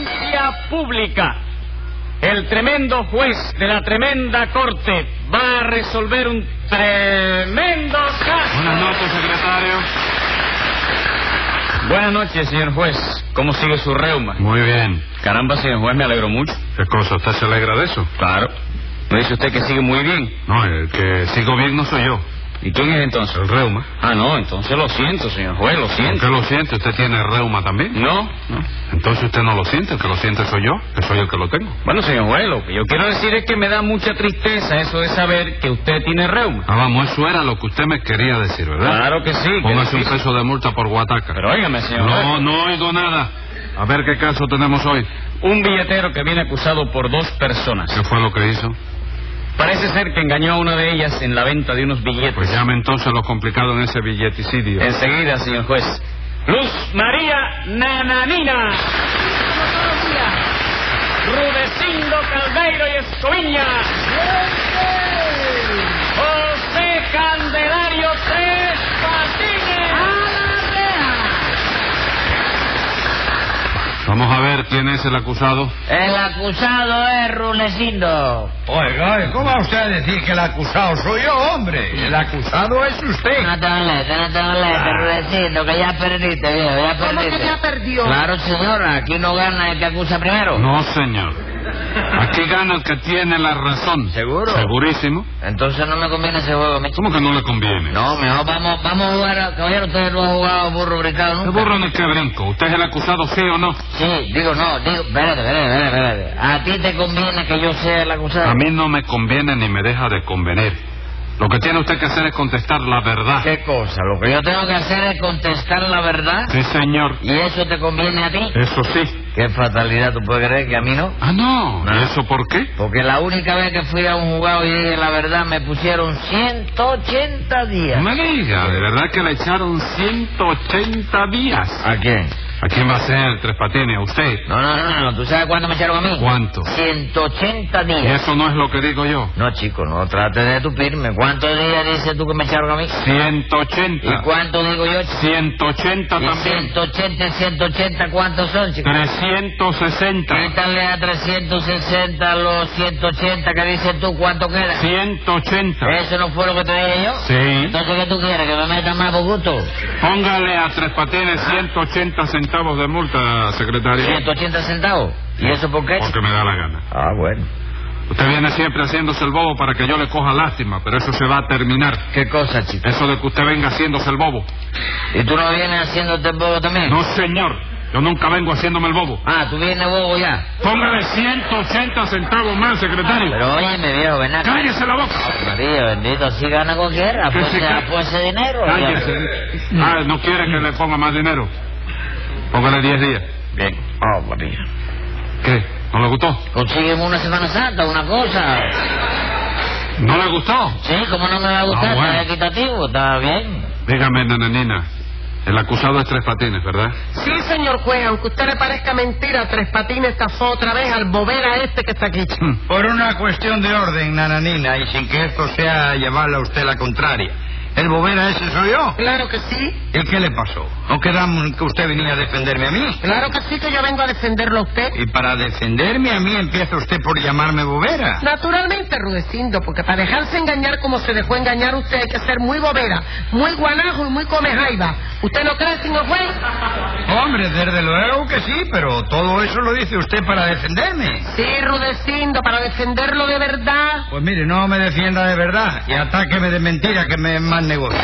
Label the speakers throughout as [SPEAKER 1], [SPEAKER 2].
[SPEAKER 1] obra pública. El tremendo juez de la tremenda corte va a resolver un tremendo caso.
[SPEAKER 2] Buenas noches, secretario.
[SPEAKER 1] Buenas noches, señor juez. ¿Cómo sigue su reuma?
[SPEAKER 2] Muy bien.
[SPEAKER 1] Caramba, señor juez, me alegro mucho.
[SPEAKER 2] ¿Qué cosa? ¿Usted se alegra de eso?
[SPEAKER 1] Claro. Me dice usted que sigue muy bien.
[SPEAKER 2] No, el que sigo bien no soy yo.
[SPEAKER 1] ¿Y quién es entonces?
[SPEAKER 2] El reuma.
[SPEAKER 1] Ah, no, entonces lo siento, señor juez, lo
[SPEAKER 2] ¿Por
[SPEAKER 1] siento.
[SPEAKER 2] qué lo siente? ¿Usted tiene reuma también?
[SPEAKER 1] ¿No?
[SPEAKER 2] Entonces usted no lo siente, el que lo siente soy yo, que soy el que lo tengo.
[SPEAKER 1] Bueno, señor juez, lo que yo quiero decir es que me da mucha tristeza eso de saber que usted tiene reuma.
[SPEAKER 2] Ah, vamos, eso era lo que usted me quería decir, ¿verdad?
[SPEAKER 1] Claro que sí. que
[SPEAKER 2] Póngase un
[SPEAKER 1] sí.
[SPEAKER 2] peso de multa por guataca.
[SPEAKER 1] Pero óigame, señor
[SPEAKER 2] No,
[SPEAKER 1] juez.
[SPEAKER 2] no oigo nada. A ver qué caso tenemos hoy.
[SPEAKER 1] Un billetero que viene acusado por dos personas.
[SPEAKER 2] ¿Qué fue lo que hizo?
[SPEAKER 1] Parece ser que engañó a una de ellas en la venta de unos billetes.
[SPEAKER 2] Pues llame entonces lo complicado en ese billeticidio.
[SPEAKER 1] Enseguida, señor juez. Luz María Nananina. Rudecindo Caldeiro y Escoviña. José Candelario Tres Patines.
[SPEAKER 2] Vamos a ver quién es el acusado.
[SPEAKER 3] El acusado es Rudecindo.
[SPEAKER 4] Oiga, ¿cómo va usted a decir que el acusado soy yo, hombre? El acusado es usted.
[SPEAKER 3] No te molestes, no te
[SPEAKER 2] Ah.
[SPEAKER 3] molestes, Rudecindo, que ya perdiste, viejo, ya perdiste.
[SPEAKER 5] ¿Cómo que ya perdió?
[SPEAKER 3] Claro, señora, aquí no gana el que acusa primero.
[SPEAKER 2] No, señor. Aquí gana el que tiene la razón.
[SPEAKER 3] ¿Seguro?
[SPEAKER 2] Segurísimo.
[SPEAKER 3] Entonces no me conviene ese juego, me
[SPEAKER 2] ¿Cómo que no le conviene?
[SPEAKER 3] No, mejor vamos, vamos a jugar, a- caballero, ustedes no han jugado burro brincado
[SPEAKER 2] ¿Qué
[SPEAKER 3] nunca.
[SPEAKER 2] burro ni qué brinco? ¿Usted es el acusado, sí o no?
[SPEAKER 3] Sí, digo, no, digo, espérate, espérate, espérate, espérate. A ti te conviene que yo sea el acusado.
[SPEAKER 2] A mí no me conviene ni me deja de convenir. Lo que tiene usted que hacer es contestar la verdad.
[SPEAKER 3] ¿Qué cosa? Lo que yo tengo que hacer es contestar la verdad.
[SPEAKER 2] Sí, señor.
[SPEAKER 3] ¿Y eso te conviene a ti?
[SPEAKER 2] Eso sí.
[SPEAKER 3] Qué fatalidad, ¿tú puedes creer que a mí no?
[SPEAKER 2] Ah, no. ¿Y eso por qué?
[SPEAKER 3] Porque la única vez que fui a un jugado y dije la verdad, me pusieron 180
[SPEAKER 2] No
[SPEAKER 3] días.
[SPEAKER 2] me diga. De verdad que le echaron 180 días.
[SPEAKER 3] ¿A quién?
[SPEAKER 2] ¿A quién va a ser Tres Patines? ¿A usted?
[SPEAKER 3] No, no, no, no, ¿tú sabes cuánto me echaron a mí?
[SPEAKER 2] ¿Cuánto?
[SPEAKER 3] 180
[SPEAKER 2] Y
[SPEAKER 3] días.
[SPEAKER 2] eso no es lo que digo yo.
[SPEAKER 3] No, chico, no trates de tupirme. ¿Cuántos días dices tú que me echaron a mí? Ah. ¿Y
[SPEAKER 2] 180.
[SPEAKER 3] cuánto digo yo? chico?
[SPEAKER 2] 180
[SPEAKER 3] ¿Y
[SPEAKER 2] también.
[SPEAKER 3] 180 y 180 cuántos son, chico?
[SPEAKER 2] 360.
[SPEAKER 3] Quítale a 360 los 180 que dices tú, ¿cuánto queda?
[SPEAKER 2] 180.
[SPEAKER 3] ¿Eso no fue lo que te dije yo?
[SPEAKER 2] Sí.
[SPEAKER 3] Entonces, ¿qué tú quieres? ¿Que me metan más por gusto?
[SPEAKER 2] Póngale a Tres Patines 180 centavos de multa, secretario.
[SPEAKER 3] 180 centavos. ¿Y eso por qué?
[SPEAKER 2] Porque me da la gana.
[SPEAKER 3] Ah, bueno.
[SPEAKER 2] Usted viene siempre haciéndose el bobo para que yo le coja lástima, pero eso se va a terminar.
[SPEAKER 3] ¿Qué cosa, chico?
[SPEAKER 2] Eso de que usted venga haciéndose el bobo.
[SPEAKER 3] ¿Y tú no vienes haciéndote bobo también?
[SPEAKER 2] No, señor. Yo nunca vengo haciéndome el bobo.
[SPEAKER 3] Ah, tú vienes bobo ya.
[SPEAKER 2] Póngale 180 centavos más, secretario.
[SPEAKER 3] Pero óyeme, viejo, ven acá.
[SPEAKER 2] Cállese la boca.
[SPEAKER 3] María, bendito, así gana cualquiera.
[SPEAKER 2] Que
[SPEAKER 3] Pues,
[SPEAKER 2] se ca-
[SPEAKER 3] pues ese dinero. ya.
[SPEAKER 2] Cállese. Ah, no quiere que le ponga más dinero. Póngale 10 días.
[SPEAKER 3] Bien. Oh, María.
[SPEAKER 2] ¿Qué? ¿No le gustó?
[SPEAKER 3] Consígueme una Semana Santa, una cosa.
[SPEAKER 2] ¿No le gustó?
[SPEAKER 3] Sí, como no me va a gustar,
[SPEAKER 2] Ah, bueno.
[SPEAKER 3] está equitativo, está bien.
[SPEAKER 2] Dígame, nenenina. El acusado es tres patines, ¿verdad?
[SPEAKER 5] Sí, señor juez, aunque usted le parezca mentira, Tres Patines casó otra vez al bobera este que está aquí.
[SPEAKER 4] Por una cuestión de orden, nananina, y sin que esto sea llevarle a usted la contraria. El bobera ese soy yo.
[SPEAKER 5] Claro que sí,
[SPEAKER 4] ¿Y qué le pasó? ¿No quedamos que usted venía a defenderme a mí?
[SPEAKER 5] claro que sí que yo vengo a defenderlo a usted.
[SPEAKER 4] Y para defenderme a mí empieza usted por llamarme bobera.
[SPEAKER 5] Naturalmente, Rudecindo, porque para dejarse engañar como se dejó engañar usted hay que ser muy bobera, muy guanajo y muy comejaiba. ¿Usted no cree, señor juez?
[SPEAKER 4] Hombre, desde luego que sí, pero todo eso lo dice usted para defenderme.
[SPEAKER 5] Sí, Rudecindo, para defenderlo de verdad.
[SPEAKER 4] Pues mire, no me defienda de verdad y atáqueme de mentira que me es más negocio.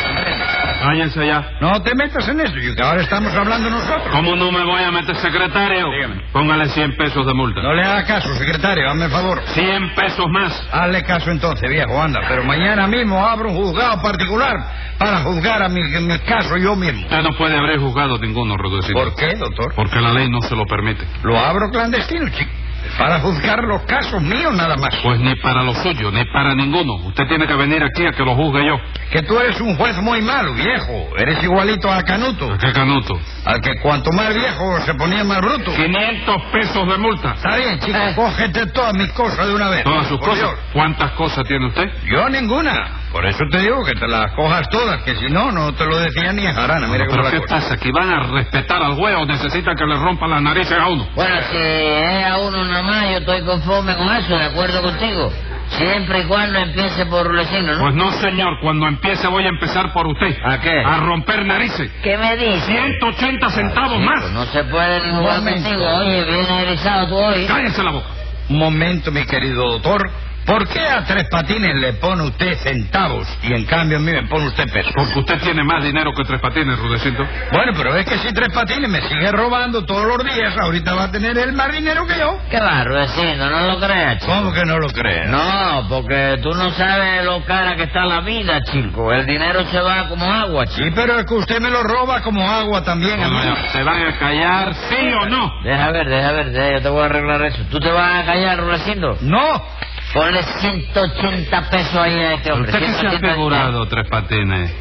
[SPEAKER 2] Cállense ya.
[SPEAKER 4] No te metas en eso, y que ahora estamos hablando nosotros.
[SPEAKER 2] ¿Cómo no me voy a meter, secretario?
[SPEAKER 1] Dígame.
[SPEAKER 2] Póngale 100 pesos de multa.
[SPEAKER 4] No le haga caso, secretario, hazme el favor. Ah.
[SPEAKER 2] 100 pesos más.
[SPEAKER 4] Hazle caso entonces, viejo, anda. Pero mañana mismo abro un juzgado particular para juzgar a mi, mi caso yo mismo.
[SPEAKER 2] Usted no puede haber juzgado ninguno, Rodecito.
[SPEAKER 4] ¿Por qué, doctor?
[SPEAKER 2] Porque la ley no se lo permite.
[SPEAKER 4] Lo abro clandestino, chico. Para juzgar los casos míos nada más.
[SPEAKER 2] Pues ni para lo suyo, ni para ninguno. Usted tiene que venir aquí a que lo juzgue yo.
[SPEAKER 4] Que tú eres un juez muy malo, viejo. Eres igualito a Canuto.
[SPEAKER 2] ¿A qué canuto?
[SPEAKER 4] Al que cuanto más viejo se ponía más bruto.
[SPEAKER 2] 500 pesos de multa.
[SPEAKER 4] Está bien, chico, cógete todas mis cosas de una vez.
[SPEAKER 2] Todas sus
[SPEAKER 4] Por
[SPEAKER 2] cosas.
[SPEAKER 4] Dios.
[SPEAKER 2] ¿Cuántas cosas tiene usted?
[SPEAKER 4] Yo ninguna. Por eso te digo que te las cojas todas, que si no, no te lo decía ni a Jarana. Mira cómo
[SPEAKER 2] ¿Pero
[SPEAKER 4] la
[SPEAKER 2] qué
[SPEAKER 4] cosa.
[SPEAKER 2] pasa? ¿Que van a respetar al juez o necesitan que le rompan las narices a uno?
[SPEAKER 3] Bueno, si es a uno nada más, yo estoy conforme con eso, de acuerdo contigo. Siempre y cuando empiece por Rulecindo, ¿no?
[SPEAKER 2] Pues no, señor. Cuando empiece voy a empezar por usted.
[SPEAKER 3] Ah,
[SPEAKER 4] ¿A qué?
[SPEAKER 2] A romper narices.
[SPEAKER 3] ¿Qué me dices?
[SPEAKER 2] 180 centavos
[SPEAKER 3] Chico,
[SPEAKER 2] más.
[SPEAKER 3] Ah, pues No se puede ni jugar
[SPEAKER 4] Momento.
[SPEAKER 3] contigo. Oye, viene erizado tú hoy.
[SPEAKER 2] Cállese la boca.
[SPEAKER 4] Un momento, mi querido doctor. ¿Por qué a tres patines le pone usted centavos y en cambio a mí me pone usted pesos?
[SPEAKER 2] Porque usted tiene más dinero que tres patines, Rudecindo.
[SPEAKER 4] Bueno, pero es que si tres patines me sigue robando todos los días, ahorita va a tener el más dinero que yo.
[SPEAKER 3] ¿Qué va, Rulecindo? No lo creas, chico.
[SPEAKER 4] ¿Cómo que no lo crees?
[SPEAKER 3] No, porque tú no sabes lo cara que está la vida, chico. El dinero se va como agua,
[SPEAKER 4] Sí,
[SPEAKER 3] chico.
[SPEAKER 4] pero es que usted me lo roba como agua también,
[SPEAKER 2] No,
[SPEAKER 4] amigo.
[SPEAKER 2] no, ¿Se van a callar sí o no?
[SPEAKER 3] Deja ver, deja ver, deja, yo te voy a arreglar eso. ¿Tú te vas a callar, Rulecindo?
[SPEAKER 4] No,
[SPEAKER 3] Ponle 180 pesos ahí a este hombre.
[SPEAKER 2] ¿Usted qué se ha
[SPEAKER 3] 180
[SPEAKER 2] figurado, tres patines?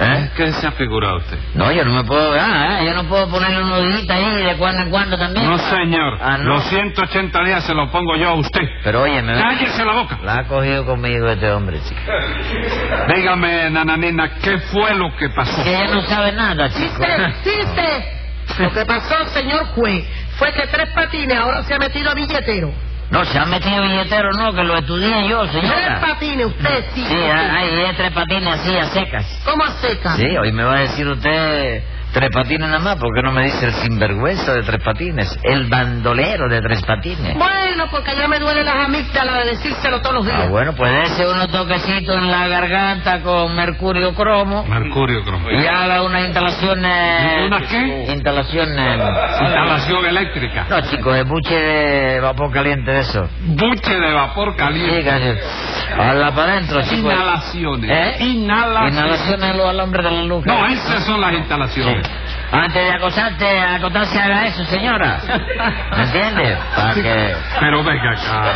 [SPEAKER 3] ¿Eh?
[SPEAKER 2] ¿Qué se ha figurado usted?
[SPEAKER 3] No, yo no me puedo... Ah, ¿eh? yo no puedo ponerle una nudita ahí de cuando en cuando también.
[SPEAKER 2] No, señor.
[SPEAKER 3] Ah, no. ¿Eh?
[SPEAKER 2] Los 180 días se los pongo yo a usted.
[SPEAKER 3] Pero oye, me...
[SPEAKER 2] Cállese la boca.
[SPEAKER 3] La ha cogido conmigo este hombre, chico.
[SPEAKER 2] Dígame, nananina, ¿qué fue lo que pasó?
[SPEAKER 3] Que ella no sabe nada, chico.
[SPEAKER 5] ¡Ciste! ¡Ciste! Lo que pasó, señor juez, fue que Tres Patines ahora se ha metido a billetero.
[SPEAKER 3] No, se ha metido billetero, no, que lo estudié yo,
[SPEAKER 5] Tres
[SPEAKER 3] señora.
[SPEAKER 5] Patines, usted sí.
[SPEAKER 3] Sí, ah, hay tres patines así a secas.
[SPEAKER 5] ¿Cómo seca?
[SPEAKER 3] Sí, hoy me va a decir usted tres patines nada más, ¿por qué no me dice el sinvergüenza de tres patines? El bandolero de tres patines.
[SPEAKER 5] Bueno, porque ya me duelen las amígdalas de decírselo todos los días.
[SPEAKER 3] Ah, bueno, pues dése unos toquecitos en la garganta con mercurio cromo
[SPEAKER 2] Mercurio Cromo.
[SPEAKER 3] y haga una instalación... eh,
[SPEAKER 2] ¿Una qué?
[SPEAKER 3] Instalación...
[SPEAKER 4] Ah,
[SPEAKER 3] eh,
[SPEAKER 2] Instalación eléctrica.
[SPEAKER 3] No, chicos, el buche de vapor caliente de eso.
[SPEAKER 2] Buche de vapor
[SPEAKER 3] Sí,
[SPEAKER 2] caliente.
[SPEAKER 3] casi. Hala para adentro, chicos.
[SPEAKER 2] Inhalaciones.
[SPEAKER 3] ¿Eh?
[SPEAKER 2] Inhalaciones.
[SPEAKER 3] Inhalación a los alambres de la luz.
[SPEAKER 2] No, eh. esas son las
[SPEAKER 3] Sí.
[SPEAKER 2] instalaciones.
[SPEAKER 3] Antes de acosarte, acotarse haga eso, señora. ¿Me entiendes? Para que...
[SPEAKER 2] Pero venga acá.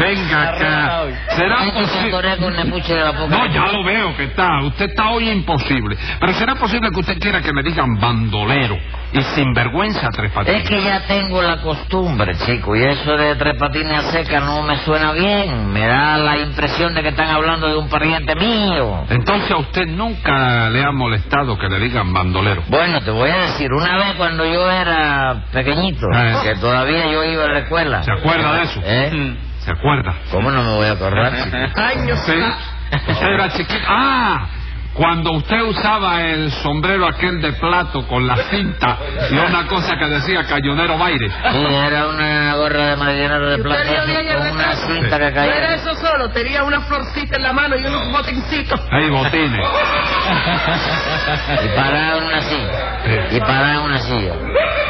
[SPEAKER 2] Venga acá. ¿Será
[SPEAKER 3] Ay, que se
[SPEAKER 2] posible?
[SPEAKER 3] atorea con un epuche de la boca.
[SPEAKER 2] No, ya lo veo que está. Usted está hoy imposible. Pero ¿será posible que usted quiera que me digan bandolero y sinvergüenza tres patines?
[SPEAKER 3] Es que ya tengo la costumbre, chico, y eso de tres patines a seca no me suena bien. Me da la impresión de que están hablando de un pariente mío.
[SPEAKER 2] Entonces a usted nunca le ha molestado que le digan bandolero.
[SPEAKER 3] Bueno, te voy a decir, una vez cuando yo era pequeñito,
[SPEAKER 2] Ah,
[SPEAKER 3] que todavía yo iba a la escuela.
[SPEAKER 2] ¿Se acuerda de eso?
[SPEAKER 3] ¿Eh?
[SPEAKER 2] ¿Se acuerda?
[SPEAKER 3] ¿Cómo no me voy a acordar, chico?
[SPEAKER 5] Años.
[SPEAKER 2] Ah, Sí. Usted era chiquito. Ah, cuando usted usaba el sombrero aquel de plato con la cinta y una cosa que decía cañonero baile.
[SPEAKER 3] Sí, era una gorra de marinero de
[SPEAKER 5] ¿Y usted
[SPEAKER 3] plata
[SPEAKER 5] vio bien el
[SPEAKER 3] con una
[SPEAKER 5] retrato?
[SPEAKER 3] cinta que
[SPEAKER 5] No era
[SPEAKER 3] caía.
[SPEAKER 5] eso solo, tenía una florcita en la mano y unos botincitos.
[SPEAKER 2] Hay botines.
[SPEAKER 3] Y paraba en una silla.
[SPEAKER 2] Sí.
[SPEAKER 3] Y paraba en una silla.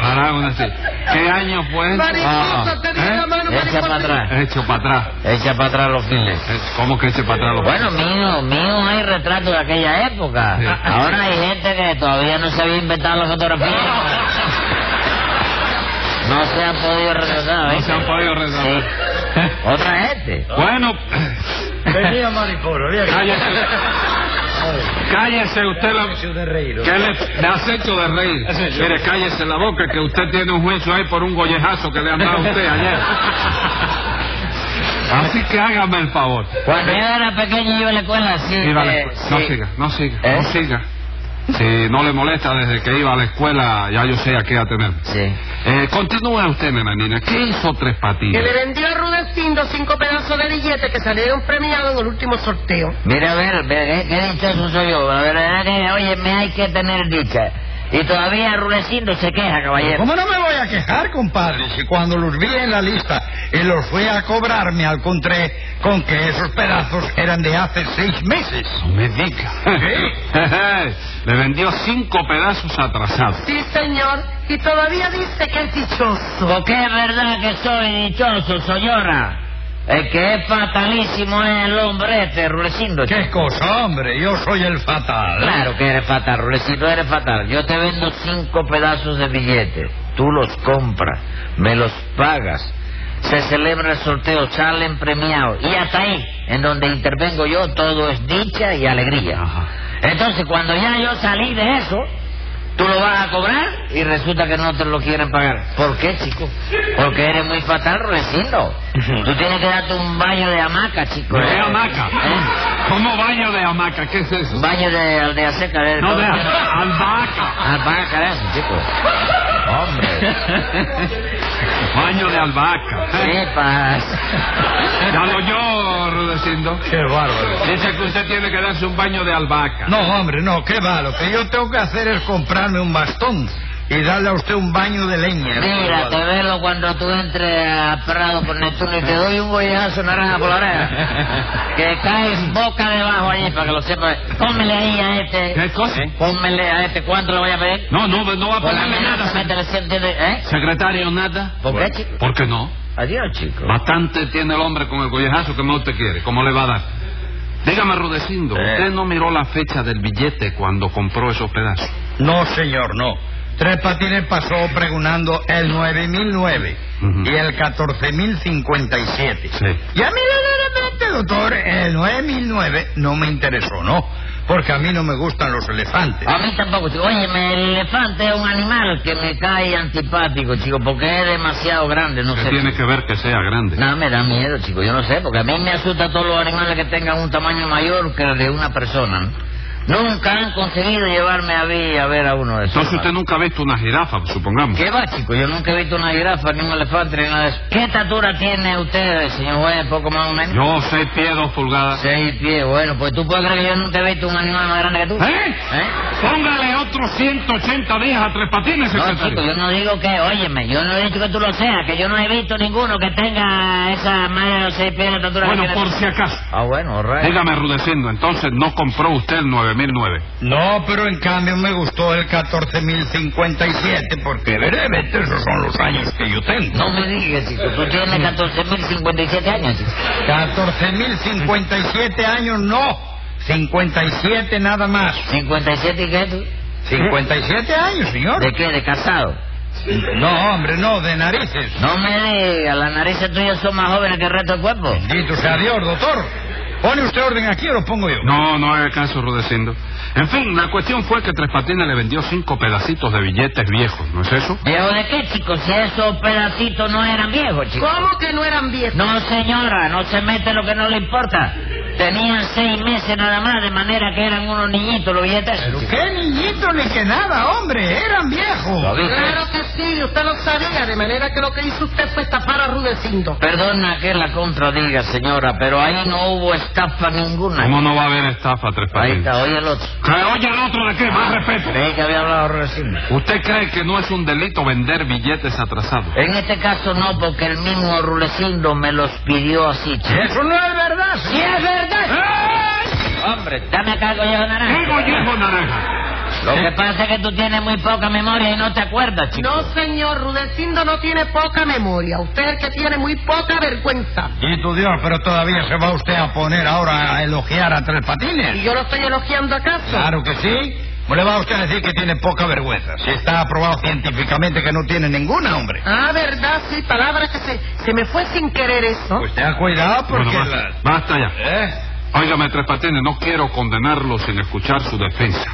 [SPEAKER 2] Ahora una así. ¿Qué año fue? eso?
[SPEAKER 5] Mariposa, tenía
[SPEAKER 2] ¿Eh?
[SPEAKER 5] la mano
[SPEAKER 3] Echa para
[SPEAKER 5] mariposa.
[SPEAKER 3] atrás.
[SPEAKER 2] Hecho para atrás.
[SPEAKER 3] Echa para atrás los files.
[SPEAKER 2] Eh, ¿Cómo que eche para atrás los
[SPEAKER 3] Bueno, mío, mío hay retratos de aquella época.
[SPEAKER 2] Sí.
[SPEAKER 3] Ahora hay gente que todavía no se había inventado la fotografía. No se han podido retratar,
[SPEAKER 2] No
[SPEAKER 3] ¿viste?
[SPEAKER 2] se han podido retratar.
[SPEAKER 3] Sí. Otra gente.
[SPEAKER 2] Bueno,
[SPEAKER 4] Venía Mariporo,
[SPEAKER 2] cállese. Cállese usted la... ¿Qué le, le has hecho de reír? Mire, cállese la boca que usted tiene un juicio ahí por un gollejazo que le han dado a usted ayer. Así que hágame el favor.
[SPEAKER 3] Cuando yo era pequeño iba a la escuela, sí.
[SPEAKER 2] Iba a la
[SPEAKER 3] eh,
[SPEAKER 2] escuela. pues, No
[SPEAKER 3] sí.
[SPEAKER 2] siga, no siga,
[SPEAKER 3] ¿Eh?
[SPEAKER 2] no siga. Si no le molesta desde que iba a la escuela, ya yo sé a qué atenerme.
[SPEAKER 3] Sí.
[SPEAKER 2] Eh, continúa usted, nananina. ¿Qué hizo Tres
[SPEAKER 5] Que le
[SPEAKER 2] Patines?
[SPEAKER 5] vendió a Rudecindo cinco pedazos de billetes que salieron premiados en el último sorteo.
[SPEAKER 3] Mira, a ver, ve- qué, qué dichoso soy yo. La verdad que, oye, me hay que tener dicha. Y todavía Rudecindo se queja, caballero.
[SPEAKER 4] ¿Cómo no me voy a quejar, compadre? Si cuando los vi en la lista y los fui a cobrar, me encontré con que esos pedazos eran de hace seis meses.
[SPEAKER 2] No me diga. le vendió cinco pedazos atrasados.
[SPEAKER 5] Sí, señor, y todavía dice que es dichoso.
[SPEAKER 3] Porque es verdad que soy dichoso, señora. El que es fatalísimo es el hombre este, Rudecindo. chico.
[SPEAKER 4] ¿Qué cosa, hombre? Yo soy el fatal.
[SPEAKER 3] Claro que eres fatal, Rulecito, eres fatal. Yo te vendo cinco pedazos de billetes. Tú los compras, me los pagas. Se celebra el sorteo, salen premiados. Y hasta ahí, en donde intervengo yo, todo es dicha y alegría.
[SPEAKER 2] Ajá.
[SPEAKER 3] Entonces, cuando ya yo salí de eso, tú lo vas a cobrar y resulta que no te lo quieren pagar. ¿Por qué, chico? Porque eres muy fatal, Rulecindo. Tú tienes que darte un baño de hamaca, chico.
[SPEAKER 2] ¿De
[SPEAKER 3] Eh,
[SPEAKER 2] hamaca?
[SPEAKER 3] ¿eh?
[SPEAKER 2] ¿Cómo baño de hamaca? ¿Qué es eso?
[SPEAKER 3] Baño de aldea seca. De,
[SPEAKER 2] No, de albahaca.
[SPEAKER 3] Albahaca de eso, chico. Hombre.
[SPEAKER 2] Baño de albahaca. ¿eh?
[SPEAKER 3] Sepas.
[SPEAKER 2] Ya lo yo, Rudecindo.
[SPEAKER 4] Qué bárbaro.
[SPEAKER 2] Dice que usted tiene que darse un baño de albahaca.
[SPEAKER 4] No, hombre, no, qué va. Lo que yo tengo que hacer es comprarme un bastón y darle a usted un baño de leña.
[SPEAKER 3] Mira, te velo cuando tú entres a Prado por Neptuno y te doy un golleazo naranja por la oreja. Que caes boca debajo allí para que lo sepas. Pónmele ahí a
[SPEAKER 2] ¿Qué
[SPEAKER 3] este.
[SPEAKER 2] cosa?
[SPEAKER 4] ¿Eh?
[SPEAKER 3] Pónmele a este. ¿Cuánto le voy a pedir?
[SPEAKER 2] No, no, no va a
[SPEAKER 3] Por la
[SPEAKER 2] ponerle
[SPEAKER 3] amenaza,
[SPEAKER 2] nada.
[SPEAKER 3] métele cien, tiene- ¿eh?
[SPEAKER 2] Secretario, nada.
[SPEAKER 3] ¿Por qué, chico?
[SPEAKER 2] ¿Por qué no?
[SPEAKER 3] Adiós, chico.
[SPEAKER 2] Bastante tiene el hombre con el collejazo que más usted quiere. ¿Cómo le va a dar? Dígame, Rudecindo,
[SPEAKER 3] Eh.
[SPEAKER 2] ¿usted no miró la fecha del billete cuando compró esos pedazos?
[SPEAKER 4] No, señor, no. Tres Patines pasó pregonando el 9009
[SPEAKER 2] Ujú.
[SPEAKER 4] y el 14057.
[SPEAKER 2] Sí.
[SPEAKER 4] Y a mí, verdaderamente, doctor, el 9009 no me interesó, ¿no? Porque a mí no me gustan los elefantes.
[SPEAKER 2] Ah,
[SPEAKER 3] A mí tampoco, chico. Óyeme, el elefante es un animal que me cae antipático, chico, porque es demasiado grande, no
[SPEAKER 2] ¿Qué
[SPEAKER 3] sé.
[SPEAKER 2] tiene que ver que sea grande?
[SPEAKER 3] No, me da miedo, chico, yo no sé, porque a mí me asusta todos los animales que tengan un tamaño mayor que el de una persona. ¿no? Nunca han conseguido llevarme a, vi- a ver a uno de esos.
[SPEAKER 2] Entonces usted
[SPEAKER 3] animales.
[SPEAKER 2] nunca ha visto una jirafa, supongamos.
[SPEAKER 3] ¿Qué va, chico? Yo nunca he visto una jirafa, ni un elefante, ni nada de eso. ¿Qué estatura tiene usted, señor juez? ¿Poco más o menos?
[SPEAKER 2] Yo seis pies, dos pulgadas.
[SPEAKER 3] Seis pies, bueno, pues tú puedes creer que yo nunca he visto un animal más grande que tú.
[SPEAKER 2] ¿Eh?
[SPEAKER 3] ¿Eh?
[SPEAKER 2] Póngale otros 180 días a tres patines,
[SPEAKER 3] No, chico,
[SPEAKER 2] secretario.
[SPEAKER 3] yo no digo que, óyeme, yo no he dicho que tú lo seas, que yo no he visto ninguno que tenga esa madre de los seis pies de estatura. que
[SPEAKER 2] Bueno,
[SPEAKER 3] tiene
[SPEAKER 2] por
[SPEAKER 3] tú.
[SPEAKER 2] si acaso.
[SPEAKER 3] Ah, bueno, all right.
[SPEAKER 2] Dígame, Rudecindo, entonces no compró usted el 9009.
[SPEAKER 4] No, pero en cambio me gustó el 14057 porque verdaderamente esos son los años que yo tengo.
[SPEAKER 3] No me digas, chico, tú tienes 14.057 años, chico.
[SPEAKER 4] 14.057 años, no. 57 nada más.
[SPEAKER 3] ¿57 y qué tú?
[SPEAKER 4] 57 años, señor.
[SPEAKER 3] ¿De qué? ¿De casado?
[SPEAKER 4] No, hombre, no, de narices.
[SPEAKER 3] No me digas, las narices tuyas son más jóvenes que el resto del cuerpo.
[SPEAKER 4] Bendito sea Dios, doctor. ¿Pone usted orden aquí o lo pongo yo?
[SPEAKER 2] No, no haga caso, Rudecindo. En fin, la cuestión fue que Tres Patines le vendió cinco pedacitos de billetes viejos, ¿no es eso?
[SPEAKER 3] ¿Viejo de qué, chico? Si esos pedacitos no eran viejos, chico.
[SPEAKER 5] ¿Cómo que no eran viejos?
[SPEAKER 3] No, señora, no se mete lo que no le importa. Tenían seis meses nada más, de manera que eran unos niñitos los billetes.
[SPEAKER 4] Pero qué niñito ni que nada, hombre. Eran
[SPEAKER 3] ¿Lo
[SPEAKER 4] viejos.
[SPEAKER 3] viste?
[SPEAKER 5] Claro que sí, usted lo sabía, de manera que lo que hizo usted fue estafar a Rudecindo.
[SPEAKER 3] Perdona que la contradiga, señora, pero ahí no hubo estafa ninguna.
[SPEAKER 2] ¿Cómo no va a haber estafa, Tres
[SPEAKER 3] Ahí
[SPEAKER 2] Patines?
[SPEAKER 3] está, oye el otro.
[SPEAKER 2] Que oye el otro de qué, más respeto.
[SPEAKER 3] Creí que había hablado recién.
[SPEAKER 2] ¿Usted cree que no es un delito vender billetes atrasados?
[SPEAKER 3] En este caso no, porque el mismo Rulecindo me los pidió así, chico.
[SPEAKER 4] Eso no es verdad, señor.
[SPEAKER 3] ¡Sí es verdad!
[SPEAKER 2] ¡Eh!
[SPEAKER 3] Hombre, dame acá el gollejo naranja.
[SPEAKER 2] ¡Digo Diego Naranja!
[SPEAKER 3] Lo que pasa es que tú tienes muy poca memoria y no te acuerdas, chico.
[SPEAKER 5] No, señor, Rudecindo no tiene poca memoria. Usted es el que tiene muy poca vergüenza.
[SPEAKER 4] Bendito Dios, pero todavía se va usted a poner ahora a elogiar a Tres
[SPEAKER 5] ¿Y
[SPEAKER 4] Patines.
[SPEAKER 5] yo lo estoy elogiando acaso?
[SPEAKER 4] Claro que sí. ¿Cómo le va a usted a decir que tiene poca vergüenza? Si está aprobado científicamente que no tiene ninguna, hombre.
[SPEAKER 5] Ah, verdad, sí, palabras que se, se me fue sin querer eso.
[SPEAKER 4] Pues tenga cuidado porque...
[SPEAKER 2] Bueno,
[SPEAKER 4] la-
[SPEAKER 2] basta, basta ya.
[SPEAKER 4] ¿Eh?
[SPEAKER 2] Óigame, Tres Patines, no quiero condenarlo sin escuchar su defensa.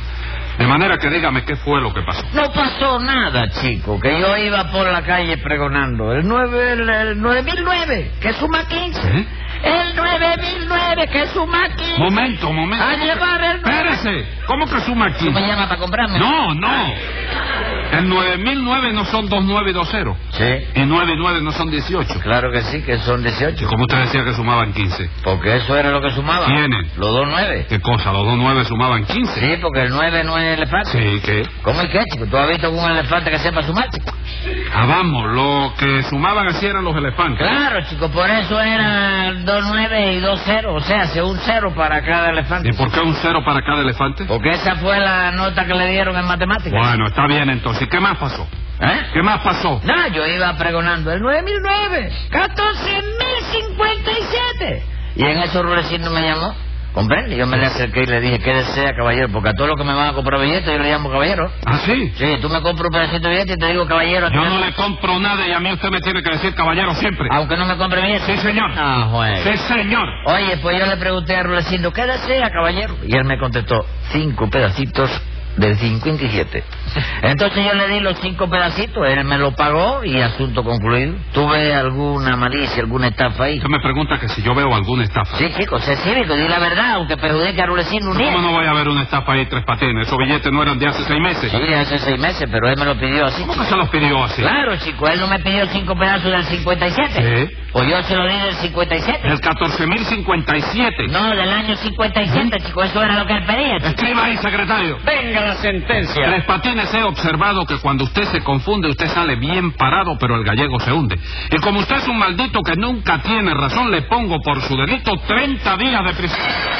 [SPEAKER 2] De manera que dígame qué fue lo que pasó.
[SPEAKER 3] No pasó nada, chico, que yo iba por la calle pregonando. El 9, el, el 9009, que suma 15.
[SPEAKER 2] ¿Eh?
[SPEAKER 3] El 9009, que suma 15.
[SPEAKER 2] Momento, momento.
[SPEAKER 3] A llevar el...
[SPEAKER 2] Espérese, ¿cómo que suma aquí?
[SPEAKER 3] ¿Tú me llamas para comprarme?
[SPEAKER 2] No, no. El 9009 no son 29 y 20.
[SPEAKER 3] Sí,
[SPEAKER 2] Y 99 no son 18.
[SPEAKER 3] claro que sí, que son 18.
[SPEAKER 2] Como usted decía que sumaban 15.
[SPEAKER 3] Porque eso era lo que sumaba.
[SPEAKER 2] Tiene.
[SPEAKER 3] Los dos nueve.
[SPEAKER 2] ¿Qué cosa? Los dos 9 sumaban 15.
[SPEAKER 3] Sí, porque el nueve no es elefante.
[SPEAKER 2] Sí, ¿qué?
[SPEAKER 3] ¿Cómo es que, chico? ¿Tú has visto un elefante que sepa sumar, chico?
[SPEAKER 2] Ah, vamos, lo que sumaban así eran los elefantes.
[SPEAKER 3] Claro, chico, por eso era dos nueve y dos cero. O sea, hace un cero para cada elefante.
[SPEAKER 2] ¿Y por qué un cero para cada elefante?
[SPEAKER 3] Porque esa fue la nota que le dieron en matemáticas.
[SPEAKER 2] Bueno, está bien entonces. ¿Y ¿Qué más pasó?
[SPEAKER 3] ¿Eh?
[SPEAKER 2] ¿Qué más pasó?
[SPEAKER 3] No, yo iba pregonando el 9009, 14057. Y en eso Rudecindo me llamó. Comprende, yo me le acerqué y le dije, ¿qué desea, caballero? Porque a todo lo que me van a comprar billetes yo le llamo caballero.
[SPEAKER 2] ¿Ah, sí?
[SPEAKER 3] Sí, tú me compras un pedacito de billete y te digo caballero.
[SPEAKER 2] Yo no le compro nada y a mí usted me tiene que decir caballero siempre.
[SPEAKER 3] Aunque no me compre
[SPEAKER 2] Sí,
[SPEAKER 3] billete.
[SPEAKER 2] señor.
[SPEAKER 3] Ah, juez.
[SPEAKER 2] Sí, señor.
[SPEAKER 3] Oye, pues yo le pregunté a Rudecindo, ¿qué desea, caballero? Y él me contestó, cinco pedacitos del 57. Entonces yo le di los cinco pedacitos, él me lo pagó y asunto concluido. ¿Tuve alguna malicia, alguna estafa ahí?
[SPEAKER 2] Usted me pregunta que si yo veo alguna estafa.
[SPEAKER 3] Sí, chico, sé cívico, di la verdad, aunque perjudique a Rulecino un día.
[SPEAKER 2] ¿Cómo no voy a ver una estafa ahí tres patines? Esos billetes no eran de hace seis meses.
[SPEAKER 3] Sí, hace seis meses, pero él me lo pidió así.
[SPEAKER 2] ¿Cómo que se los pidió así?
[SPEAKER 3] Claro, chico, él no me pidió cinco pedazos del 57.
[SPEAKER 2] Sí.
[SPEAKER 3] O yo se lo di del 57.
[SPEAKER 2] El 14.057.
[SPEAKER 3] No, del año 57, chico, eso era lo que él pedía, chico.
[SPEAKER 2] Escriba ahí, secretario.
[SPEAKER 1] Venga la sentencia.
[SPEAKER 2] Tres Patines he observado que cuando usted se confunde, usted sale bien parado, pero el gallego se hunde. Y como usted es un maldito que nunca tiene razón, le pongo por su delito 30 días de prisión.